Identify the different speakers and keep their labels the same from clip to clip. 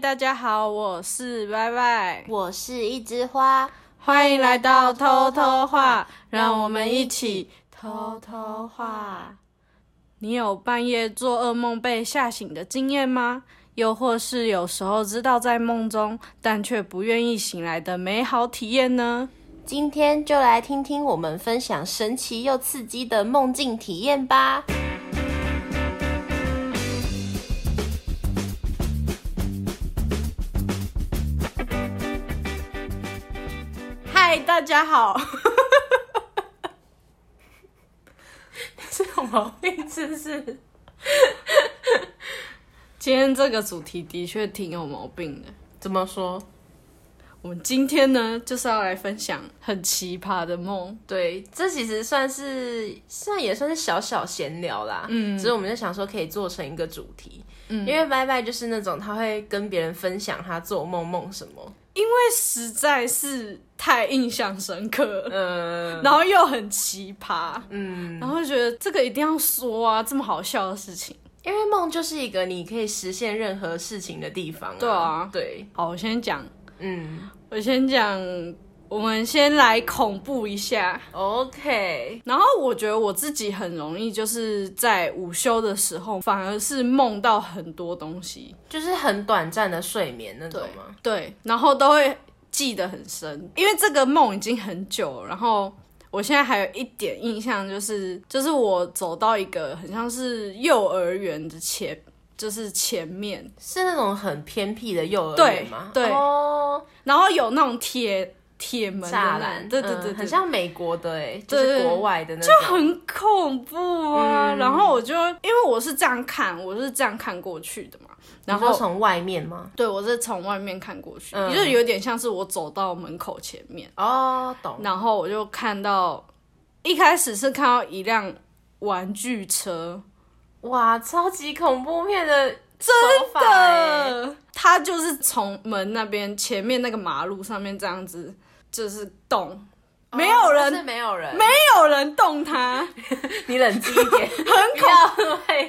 Speaker 1: 大家好，我是拜拜，
Speaker 2: 我是一枝花，
Speaker 1: 欢迎来到偷偷话，让我们一起偷偷话。你有半夜做噩梦被吓醒的经验吗？又或是有时候知道在梦中，但却不愿意醒来的美好体验呢？
Speaker 2: 今天就来听听我们分享神奇又刺激的梦境体验吧。
Speaker 1: 嗨，大家好，
Speaker 2: 这种毛病 真是……
Speaker 1: 今天这个主题的确挺有毛病的。
Speaker 2: 怎么说？
Speaker 1: 我们今天呢，就是要来分享很奇葩的梦。
Speaker 2: 对，这其实算是算也算是小小闲聊啦。嗯，只是我们就想说可以做成一个主题，嗯，因为拜拜就是那种他会跟别人分享他做梦梦什么，
Speaker 1: 实在是太印象深刻了，
Speaker 2: 嗯、
Speaker 1: 然后又很奇葩，
Speaker 2: 嗯，
Speaker 1: 然后就觉得这个一定要说啊，这么好笑的事情。
Speaker 2: 因为梦就是一个你可以实现任何事情的地方、
Speaker 1: 对啊
Speaker 2: 对，
Speaker 1: 好，我先讲，
Speaker 2: 嗯
Speaker 1: 我先讲，我们先来恐怖一下。
Speaker 2: ，OK，
Speaker 1: 然后我觉得我自己很容易就是在午休的时候，反而是梦到很多东西，
Speaker 2: 就是很短暂的睡眠那种吗？
Speaker 1: 对，然后都会记得很深，因为这个梦已经很久了，然后。我现在还有一点印象，就是就是我走到一个很像是幼儿园的前，就是前面，
Speaker 2: 是那种很偏僻的幼儿园吗？
Speaker 1: 对对
Speaker 2: 哦，
Speaker 1: 然后有那种铁铁门的那
Speaker 2: 栅
Speaker 1: 种
Speaker 2: 栏，
Speaker 1: 对对
Speaker 2: 嗯
Speaker 1: 对对，
Speaker 2: 很像美国的哎，就
Speaker 1: 对对
Speaker 2: 是
Speaker 1: 对
Speaker 2: 国外的那种，
Speaker 1: 很恐怖啊。然后我就因为我是这样看，我是这样看过去的嘛，然
Speaker 2: 你说
Speaker 1: 后
Speaker 2: 从外面吗？
Speaker 1: 对我是从外面看过去，
Speaker 2: 嗯
Speaker 1: 就是有点像是我走到门口前面。
Speaker 2: 哦，懂，
Speaker 1: 然后我就看到，一开始是看到一辆玩具车，
Speaker 2: 哇，超级恐怖片的手法欸，
Speaker 1: 呃，它就是从门那边前面那个马路上面这样子，就是动，没有
Speaker 2: 哦
Speaker 1: 人
Speaker 2: 是没有人，
Speaker 1: 没有人动它。
Speaker 2: 你冷静一 点，很恐怖，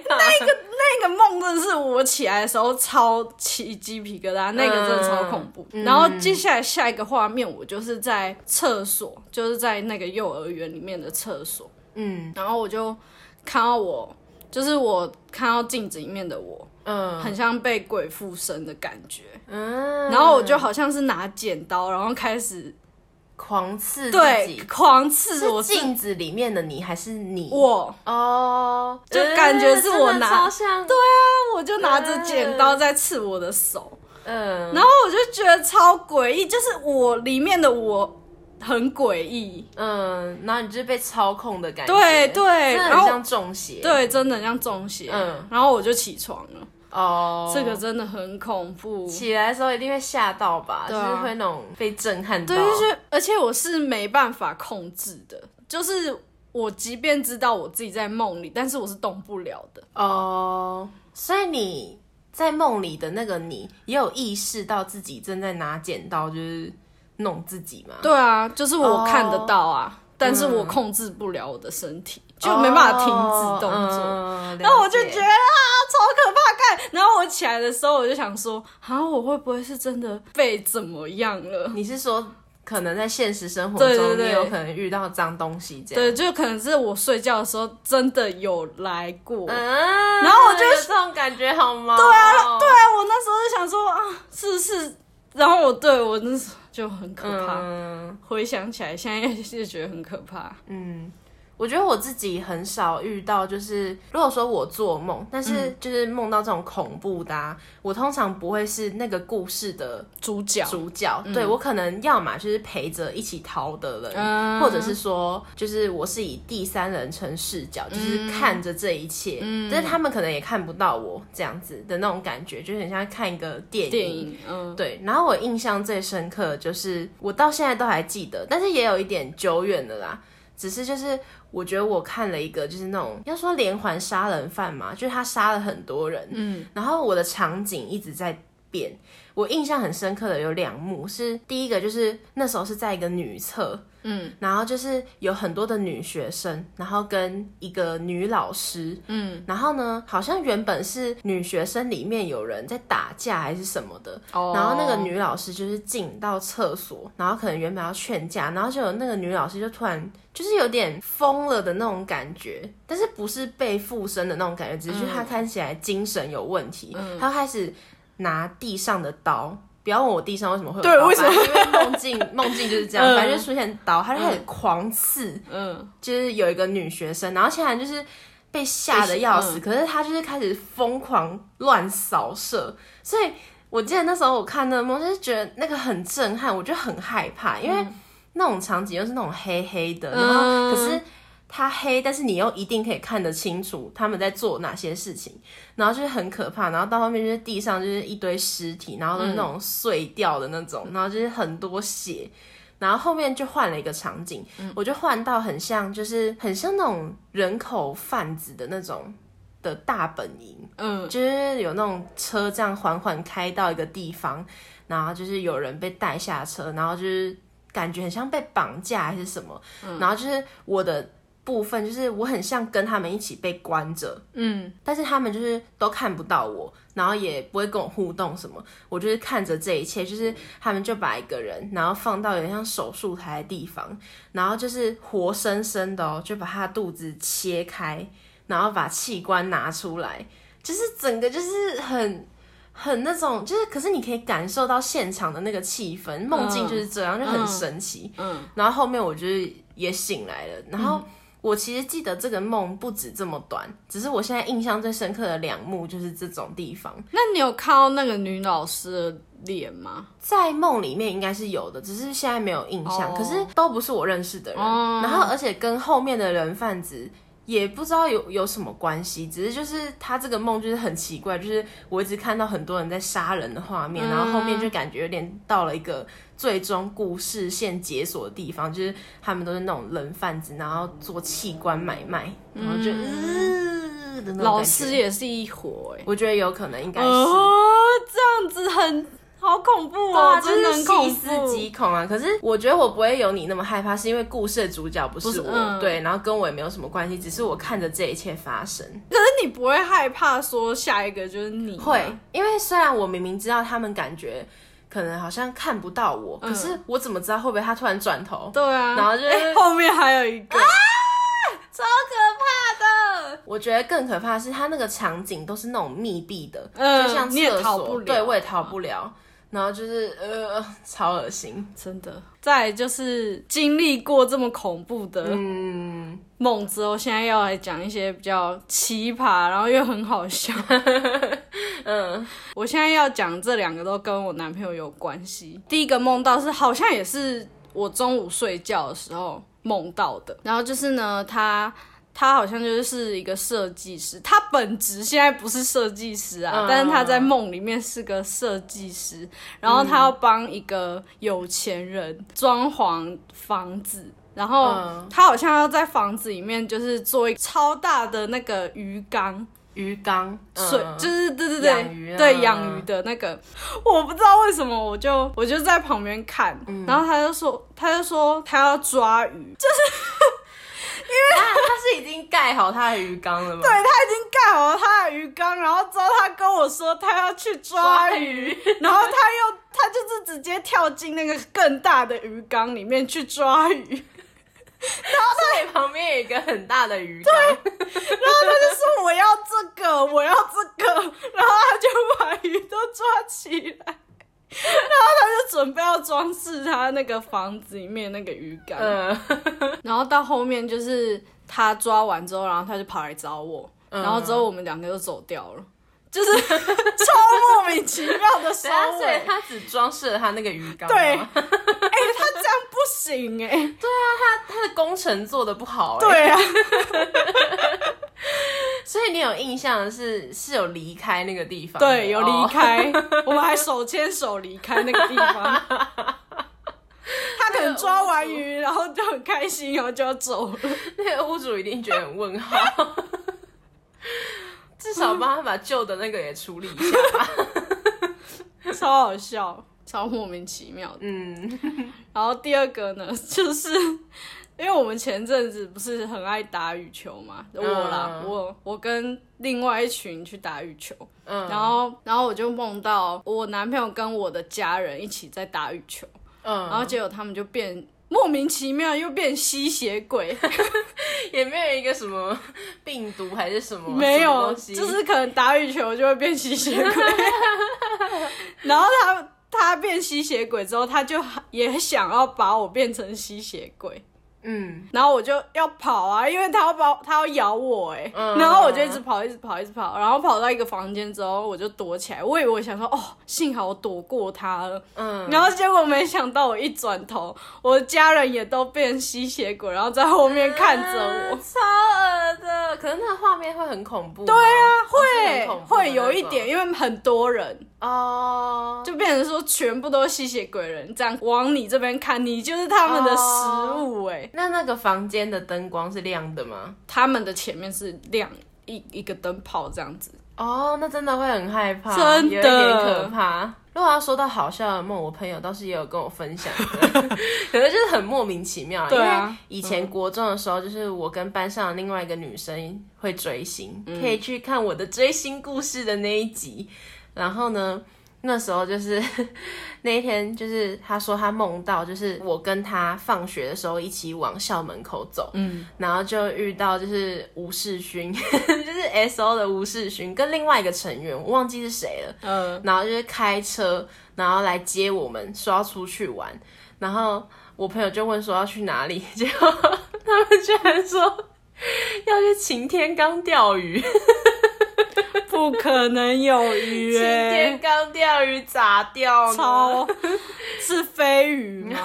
Speaker 1: 那个梦真的是我起来的时候超起鸡皮疙瘩，那个真的超恐怖。然后接下来下一个画面，我就是在厕所，就是在那个幼儿园里面的厕所，
Speaker 2: 嗯
Speaker 1: 然后我就看到我，就是我看到镜子里面的我，
Speaker 2: 嗯
Speaker 1: 很像被鬼附身的感觉。
Speaker 2: 嗯，
Speaker 1: 然后我就好像是拿剪刀，然后开始
Speaker 2: 狂刺自
Speaker 1: 对
Speaker 2: 己，
Speaker 1: 狂刺我
Speaker 2: 是
Speaker 1: 自
Speaker 2: 镜子里面的你还是你？
Speaker 1: 我，
Speaker 2: 哦，
Speaker 1: 就感觉是我
Speaker 2: 嗯真的
Speaker 1: 拿
Speaker 2: 超像，对，
Speaker 1: 那我就拿着剪刀在刺我的手，
Speaker 2: 嗯，
Speaker 1: 然后我就觉得超诡异，就是我里面的我很诡异，
Speaker 2: 嗯，然后你就是被操控的感觉，
Speaker 1: 对对，
Speaker 2: 真
Speaker 1: 然
Speaker 2: 的很
Speaker 1: 后
Speaker 2: 像中邪，，
Speaker 1: 对，真的很像中邪，
Speaker 2: 嗯
Speaker 1: 然后我就起床了，
Speaker 2: 哦，
Speaker 1: 这个真的很恐怖，
Speaker 2: 起来的时候一定会吓到吧，
Speaker 1: 对啊
Speaker 2: 就是会那种被震撼到，
Speaker 1: 对，就是而且我是没办法控制的，就是我即便知道我自己在梦里，但是我是动不了的。
Speaker 2: 哦，所以你在梦里的那个你也有意识到自己正在拿剪刀，就是弄自己嘛，
Speaker 1: 对啊，就是我看得到
Speaker 2: 哦
Speaker 1: 啊，但是我控制不了我的身体，就没办法停止动作。
Speaker 2: 嗯哦嗯
Speaker 1: 然后我就
Speaker 2: 了解
Speaker 1: 觉得啊，超可怕！看，然后我起来的时候，我就想说，啊，我会不会是真的被怎么样了？
Speaker 2: 你是说，可能在现实生活
Speaker 1: 对对
Speaker 2: 中，
Speaker 1: 对
Speaker 2: 你有可能遇到脏东西这样。
Speaker 1: 对，就可能是我睡觉的时候真的有来过。对
Speaker 2: 嗯，
Speaker 1: 然后我就
Speaker 2: 有这种感觉好吗？对啊，对，
Speaker 1: 啊，我那时候就想说啊，是不是？然后我对我那时候就很可怕，
Speaker 2: 嗯
Speaker 1: 回想起来，现在就觉得很可怕。
Speaker 2: 嗯，我觉得我自己很少遇到，就是如果说我做梦，但是
Speaker 1: 嗯
Speaker 2: 就是梦到这种恐怖的、啊，我通常不会是那个故事的
Speaker 1: 主角，
Speaker 2: 主角，对我可能要么就是陪着一起逃的人，
Speaker 1: 嗯
Speaker 2: 或者是说，就是我是以第三人称视角，
Speaker 1: 嗯
Speaker 2: 就是看着这一切，但是他们可能也看不到我这样子的那种感觉，就很像看一个电影。
Speaker 1: 电影，嗯，
Speaker 2: 对，然后我印象最深刻的就是我到现在都还记得，但是也有一点久远了啦。只是就是我觉得我看了一个就是那种要说连环杀人犯嘛，就是他杀了很多人，嗯，然后我的场景一直在变。我印象很深刻的有两幕，是第一个就是那时候是在一个女厕，嗯，然后就是有很多的女学生，然后跟一个女老师，嗯，然后呢，好像原本是女学生里面有人在打架还是什么的，
Speaker 1: 哦
Speaker 2: 然后那个女老师就是进到厕所，然后可能原本要劝架，然后就有那个女老师就突然就是有点疯了的那种感觉，但是不是被附身的那种感觉，只
Speaker 1: 嗯
Speaker 2: 是就是她看起来精神有问题，她开始拿地上的刀。不要问我地上为什么会有刀
Speaker 1: 对为什么
Speaker 2: 反正因为梦境梦境就是这 样，
Speaker 1: 嗯
Speaker 2: 反正就出现刀，她就开始狂刺，
Speaker 1: 嗯，
Speaker 2: 就是有一个女学生，然后现在就是被吓得要死，
Speaker 1: 嗯
Speaker 2: 可是她就是开始疯狂乱扫射，所以我记得那时候我看那个梦，就是觉得那个很震撼，我就很害怕，因为那种场景又是那种黑黑的，然后
Speaker 1: 嗯
Speaker 2: 可是。它黑，但是你又一定可以看得清楚他们在做哪些事情，然后就是很可怕，然后到后面就是地上就是一堆尸体，然后都是那种碎掉的那
Speaker 1: 嗯
Speaker 2: 种，然后就是很多血，然后后面就换了一个场景，
Speaker 1: 嗯
Speaker 2: 我就换到很像，就是很像那种人口贩子的那种的大本营，
Speaker 1: 嗯，
Speaker 2: 就是有那种车这样缓缓开到一个地方，然后就是有人被带下车，然后就是感觉很像被绑架还是什么，然后就是我的部分就是我很像跟他们一起被关着，
Speaker 1: 嗯，
Speaker 2: 但是他们就是都看不到我，然后也不会跟我互动什么，我就是看着这一切，就是他们就把一个人，然后放到有点像手术台的地方，然后就是活生生的哦，就把他的肚子切开，然后把器官拿出来，就是整个就是很。很那种，就是可是你可以感受到现场的那个气氛，梦境就是这样，就很神奇。嗯，然后后面我就是也醒来了，然后我其实记得这个梦不止这么短，只是我现在印象最深刻的两幕就是这种地方，
Speaker 1: 那你有看到那个女老师的脸吗？
Speaker 2: 在梦里面应该是有的，只是现在没有印象。
Speaker 1: 哦
Speaker 2: 可是都不是我认识的人，
Speaker 1: 哦
Speaker 2: 然后而且跟后面的人贩子也不知道有有什么关系，只是就是他这个梦就是很奇怪，就是我一直看到很多人在杀人的画
Speaker 1: 嗯
Speaker 2: 面，然后后面就感觉有点到了一个最终故事线解锁的地方，就是他们都是那种人贩子，然后做器官买卖，然后就、嗯、的那种感觉
Speaker 1: 老师。也是一伙哎、
Speaker 2: 我觉得有可能应该是，
Speaker 1: 哦，这样子很好恐怖
Speaker 2: 对啊
Speaker 1: 哦，真的很恐
Speaker 2: 细思
Speaker 1: 怖。
Speaker 2: 极恐啊！可是我觉得我不会有你那么害怕，是因为故事的主角
Speaker 1: 不
Speaker 2: 不是
Speaker 1: 是
Speaker 2: 我，
Speaker 1: 嗯
Speaker 2: 对，然后跟我也没有什么关系，只是我看着这一切发生。
Speaker 1: 可是你不会害怕说下一个就是你吗啊
Speaker 2: 会，因为虽然我明明知道他们感觉可能好像看不到我，
Speaker 1: 嗯
Speaker 2: 可是我怎么知道会不会他突然转头？
Speaker 1: 对啊，
Speaker 2: 然后就是
Speaker 1: 哎后面还有一个，
Speaker 2: 超可怕的！我觉得更可怕的是他那个场景都是那种密闭的，
Speaker 1: 嗯
Speaker 2: 就像
Speaker 1: 你也
Speaker 2: 厕
Speaker 1: 逃
Speaker 2: 所，
Speaker 1: 不了
Speaker 2: 对，我也逃不了。然后就是呃，超恶心。
Speaker 1: 真的。再来就是经历过这么恐怖的
Speaker 2: 嗯，
Speaker 1: 梦之后，现在要来讲一些比较奇葩，然后又很好 笑。嗯，
Speaker 2: 嗯
Speaker 1: 我现在要讲这两个都跟我男朋友有关系。第一个梦到是好像也是我中午睡觉的时候梦到的，然后就是呢，他。他好像就是一个设计师，他本职现在不是设计师啊，
Speaker 2: 嗯
Speaker 1: 但是他在梦里面是个设计师，然后他要帮一个有钱人装潢房子，然后
Speaker 2: 嗯
Speaker 1: 他好像要在房子里面就是做一个超大的那个鱼缸，
Speaker 2: 鱼缸
Speaker 1: 水、
Speaker 2: 嗯
Speaker 1: 就是对对
Speaker 2: 养鱼
Speaker 1: 对
Speaker 2: 啊
Speaker 1: 对养鱼的那个，我不知道为什么我就我就在旁边看，
Speaker 2: 嗯
Speaker 1: 然后他就说他就说他要抓鱼，就
Speaker 2: 啊， 他是已经盖好他的鱼缸了吗？
Speaker 1: 对他啊已经盖好了他的鱼缸，然后之后他跟我说他要去抓鱼，
Speaker 2: 鱼，
Speaker 1: 然后他又他就是直接跳进那个更大的鱼缸里面去抓鱼。
Speaker 2: 所以旁边有一个很大的鱼缸，
Speaker 1: 然后他就说我要这个，我要这个， 然后他就把鱼都抓起来，然后他就准备要装饰他那个房子里面那个鱼缸，
Speaker 2: 嗯，
Speaker 1: 然后到后面就是他抓完之后，然后他就跑来找我，
Speaker 2: 嗯
Speaker 1: 然后之后我们两个就走掉了。就是超莫名其 妙的收
Speaker 2: 对啊，所
Speaker 1: 尾，
Speaker 2: 以他只装饰了他那个鱼缸，
Speaker 1: 对，哎、
Speaker 2: 吗
Speaker 1: 他这样不行哎、
Speaker 2: 他的工程做的不好，，
Speaker 1: 对啊，
Speaker 2: 所以你有印象的是是有离开那个地方的，
Speaker 1: 对，有离
Speaker 2: 哦，
Speaker 1: 开，我们还手牵手离开那个地方。他可能抓完鱼，然后就很开心，然后就要走了。
Speaker 2: 那个屋主一定觉得很问号。至少帮他把旧的那个也处理一下吧。
Speaker 1: 超好笑，超莫名其妙的。
Speaker 2: 嗯，
Speaker 1: 然后第二个呢， 就是因为我们前阵子不是很爱打羽球嘛，我啦，
Speaker 2: 嗯
Speaker 1: 我我跟另外一群去打羽球，
Speaker 2: 嗯
Speaker 1: 然后然后我就梦到我男朋友跟我的家人一起在打羽球，
Speaker 2: 嗯，
Speaker 1: 然后结果他们就变莫名其妙又变吸血鬼，
Speaker 2: 也没有一个什么病毒还是什么，
Speaker 1: 没
Speaker 2: 什么
Speaker 1: 有，
Speaker 2: 东西
Speaker 1: 就是可能打羽球就会变吸血 鬼，然后他。他变吸血鬼之后，他就也想要把我变成吸血鬼，
Speaker 2: 嗯，
Speaker 1: 然后我就要跑啊，因为他要把我他要咬我哎、
Speaker 2: 嗯
Speaker 1: 然后我就一直跑，一直跑，一直跑，然后跑到一个房间之后，我就躲起来。我以为我想说哦，幸好我躲过他了，
Speaker 2: 嗯，
Speaker 1: 然后结果没想到我一转头，我的家人也都变吸血鬼，然后在后面看着我。
Speaker 2: 啊超恶的。可是那个画面会很恐怖吗。对
Speaker 1: 啊会
Speaker 2: 很恐怖的
Speaker 1: 会有一
Speaker 2: 那种
Speaker 1: 点，因为很多人，
Speaker 2: 哦，
Speaker 1: 就变成说全部都是吸血鬼人，这样往你这边看，你就是他们的食物哎、
Speaker 2: 那那个房间的灯光是亮的吗？
Speaker 1: 他们的前面是亮一一个灯泡这样子，
Speaker 2: 哦，那真的会很害怕，
Speaker 1: 真的
Speaker 2: 有一点可怕。如果要说到好笑的梦，我朋友倒是也有跟我分享的， 可是就是很莫名其妙啦。
Speaker 1: 对啊
Speaker 2: 因为以前国中的时候，就是我跟班上的另外一个女生会追星，
Speaker 1: 嗯
Speaker 2: 可以去看我的追星故事的那一集。然后呢，那时候就是 那一天，就是她说她梦到，就是我跟她放学的时候一起往校门口走，嗯，然后就遇到就是吴世勋， 就是 S O 的吴世勋跟另外一个成员，我忘记是谁了，
Speaker 1: 嗯、
Speaker 2: 然后就是开车，然后来接我们，说要出去玩，然后我朋友就问说要去哪里， 结果他们居然说 要去擎天岗钓鱼，
Speaker 1: 不可能有鱼
Speaker 2: 擎
Speaker 1: 哎、
Speaker 2: 天岗钓鱼咋钓呢？
Speaker 1: 超是飞鱼 吗？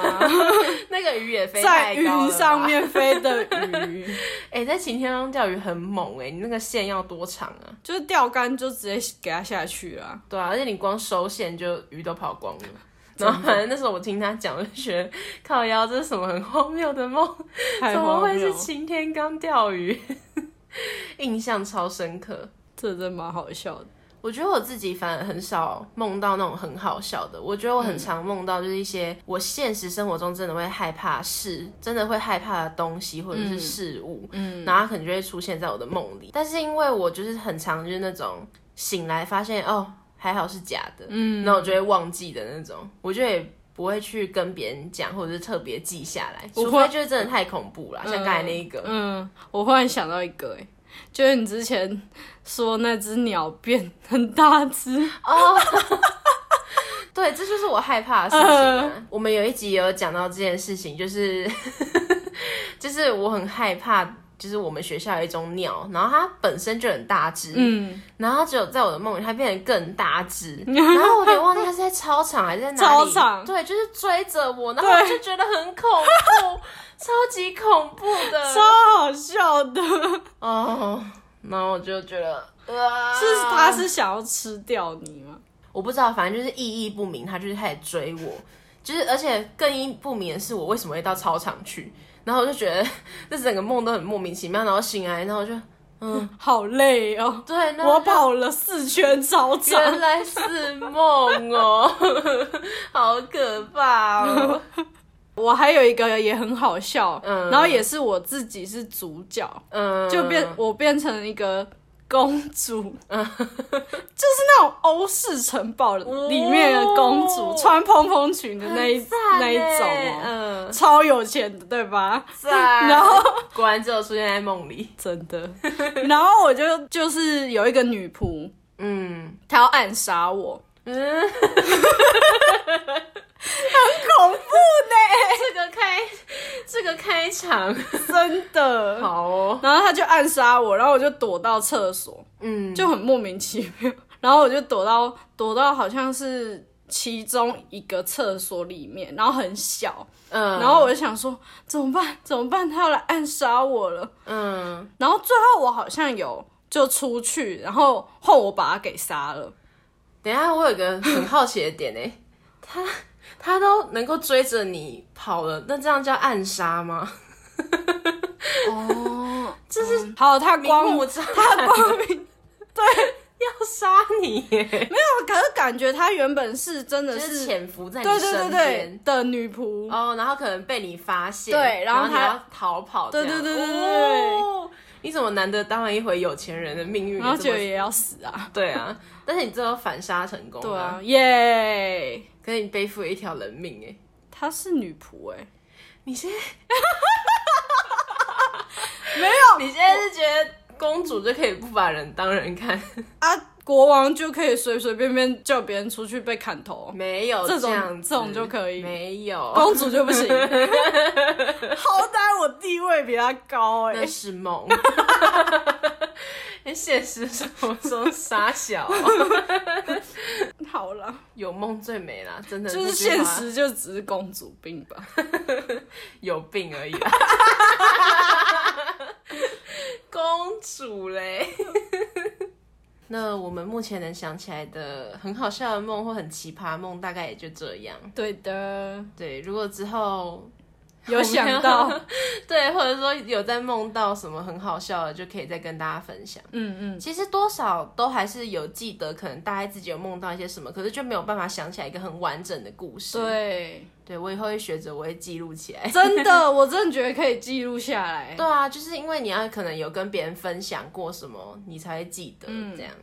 Speaker 2: 那个鱼也飞
Speaker 1: 在
Speaker 2: 太高了
Speaker 1: 云
Speaker 2: 吧
Speaker 1: 上。面飞的鱼，
Speaker 2: 哎、在擎天岗钓鱼很猛哎、你那个线要多长啊？
Speaker 1: 就是钓竿就直接给它下去了。
Speaker 2: 对啊，而且你光收线就鱼都跑光了。然后反正那时候我听他讲，我就觉得靠腰这是什么很荒谬的梦，
Speaker 1: 太
Speaker 2: 怎么
Speaker 1: 荒
Speaker 2: 会
Speaker 1: 谬
Speaker 2: 是，擎天岗钓鱼？ 印象超深刻。
Speaker 1: 这真的蛮好笑的。
Speaker 2: 我觉得我自己反而很少梦到那种很好笑的，我觉得我很常梦到就是一些我现实生活中真的会害怕的事，真的会害怕的东西或者是事物，嗯，然后它可能就会出现在我的梦里。但是因为我就是很常就是那种醒来发现哦还好是假的，嗯，那我就会忘记的那种，我就也不会去跟别人讲或者是特别记下来，
Speaker 1: 我
Speaker 2: 除
Speaker 1: 会
Speaker 2: 非就是真的太恐怖啦，像刚才那一个，
Speaker 1: 嗯，我忽然想到一个、哎，就是你之前说那只鸟变很大 只，
Speaker 2: 哦，对，这就是我害怕的事情、啊。
Speaker 1: 嗯
Speaker 2: 我们有一集有讲到这件事情，就是 就是我很害怕，就是我们学校有一种鸟，然后它本身就很大只，
Speaker 1: 嗯，
Speaker 2: 然后只有在我的梦里它变得更大只， 然后我有点忘记它是在操场还是在哪里，
Speaker 1: 操场
Speaker 2: 对，就是追着我，然后我就觉得很恐怖，超级恐怖的，
Speaker 1: 超好笑 的。
Speaker 2: 哦，然后我就觉得。啊
Speaker 1: 是它是想要吃掉你吗？
Speaker 2: 我不知道，反正就是意义不明，他就是开始追我，就是而且更意义不明的是，我为什么会到操场去？然后我就觉得这整个梦都很莫名其妙，然后醒来，然后我就
Speaker 1: 好累哦，
Speaker 2: 对，然后
Speaker 1: 我
Speaker 2: 就
Speaker 1: 跑了四圈操场。
Speaker 2: 原来是梦哦， 好可怕哦！
Speaker 1: 我还有一个也很好笑，
Speaker 2: 嗯
Speaker 1: 然后也是我自己是主角，
Speaker 2: 嗯，
Speaker 1: 就变我变成一个公主，
Speaker 2: 嗯
Speaker 1: 就是那种欧式城堡里面的公主，
Speaker 2: 哦
Speaker 1: 穿蓬蓬裙的那一
Speaker 2: 很赞
Speaker 1: 那一种
Speaker 2: 欸
Speaker 1: 哦、
Speaker 2: 嗯，
Speaker 1: 超有钱的，对吧？
Speaker 2: 赞。
Speaker 1: 然后
Speaker 2: 果然只有出现在梦里，
Speaker 1: 真 的，然后我就就是有一个女仆，
Speaker 2: 嗯
Speaker 1: 她要暗杀我，
Speaker 2: 嗯，
Speaker 1: 恐怖
Speaker 2: 这个开这个开场
Speaker 1: 呢，真的。
Speaker 2: 好哦，
Speaker 1: 然后她就暗杀我，然后我就躲到厕所，
Speaker 2: 嗯，
Speaker 1: 就很莫名其妙。然后我就躲到躲到好像是其中一个厕所里面，然后很小，
Speaker 2: 嗯，
Speaker 1: 然后我就想说怎么办？怎么办？他要来暗杀我了。
Speaker 2: 嗯。
Speaker 1: 然后最后我好像有就出去，然后后我把他给杀了。
Speaker 2: 等一下，我有一个很好奇的点呢、欸 他他都能够追着你跑了，那这样叫暗杀吗？
Speaker 1: 哦，这是好，他
Speaker 2: 明
Speaker 1: 光
Speaker 2: 目张
Speaker 1: 他光明，对，
Speaker 2: 要杀你 耶，
Speaker 1: 可是感觉她原本是真
Speaker 2: 就
Speaker 1: 的
Speaker 2: 是
Speaker 1: 是
Speaker 2: 潜伏在你
Speaker 1: 对对
Speaker 2: 身边
Speaker 1: 对对的女仆，
Speaker 2: 哦，然后可能被你发现，
Speaker 1: 对
Speaker 2: 然
Speaker 1: 然后
Speaker 2: 你
Speaker 1: 他
Speaker 2: 要逃跑这
Speaker 1: 对
Speaker 2: 样，
Speaker 1: 对对对对
Speaker 2: 哦你怎么难得当了一回有钱人的命运？
Speaker 1: 然后
Speaker 2: 你这
Speaker 1: 觉
Speaker 2: 么
Speaker 1: 得也要死啊，
Speaker 2: 对啊，但是你最后反杀成功
Speaker 1: 对
Speaker 2: 了、
Speaker 1: 啊，耶、
Speaker 2: 可是你背负了一条人命哎，
Speaker 1: 她是女仆哎、
Speaker 2: 你现在没有，你现在是觉得公主就可以不把人当人看？
Speaker 1: 啊，国王就可以随随便便叫别人出去被砍头，
Speaker 2: 没有
Speaker 1: 这种
Speaker 2: 样子
Speaker 1: 这种就可以
Speaker 2: 没有，
Speaker 1: 公主就不行。 好歹我地位比她高哎、
Speaker 2: 那是 梦。那现实生活中傻小、
Speaker 1: 好了，
Speaker 2: 有梦最美啦，真的
Speaker 1: 就是
Speaker 2: 这句
Speaker 1: 现
Speaker 2: 话
Speaker 1: 实就只是公主病吧。
Speaker 2: 有病 而已啦。公主嘞。 那我们目前能想起来的很好笑的梦或很奇葩的梦，大概也就这样。
Speaker 1: 对的，
Speaker 2: 对，如果之后
Speaker 1: 有想到，
Speaker 2: 对，或者说有在梦到什么很好笑的，就可以再跟大家分享。
Speaker 1: 嗯 嗯，
Speaker 2: 其实多少都还是有记得，可能大概自己有梦到一些什么，可是就没有办法想起来一个很完整的故事。，
Speaker 1: 对，
Speaker 2: 对我以后会学着，我会记录起来。
Speaker 1: 真的，我真的觉得可以记录下来。
Speaker 2: 对啊，就是因为你要可能有跟别人分享过什么，你才会记得这样。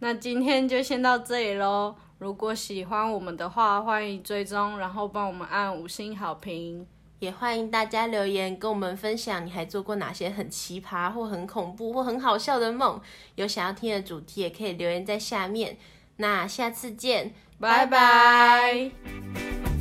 Speaker 1: 那今天就先到这里喽。如果喜欢我们的话，欢迎追踪，然后帮我们按五星好评。
Speaker 2: 也欢迎大家留言跟我们分享，你还做过哪些很奇葩或很恐怖或很好笑的梦？有想要听的主题也可以留言在下面。那下次见，
Speaker 1: 拜拜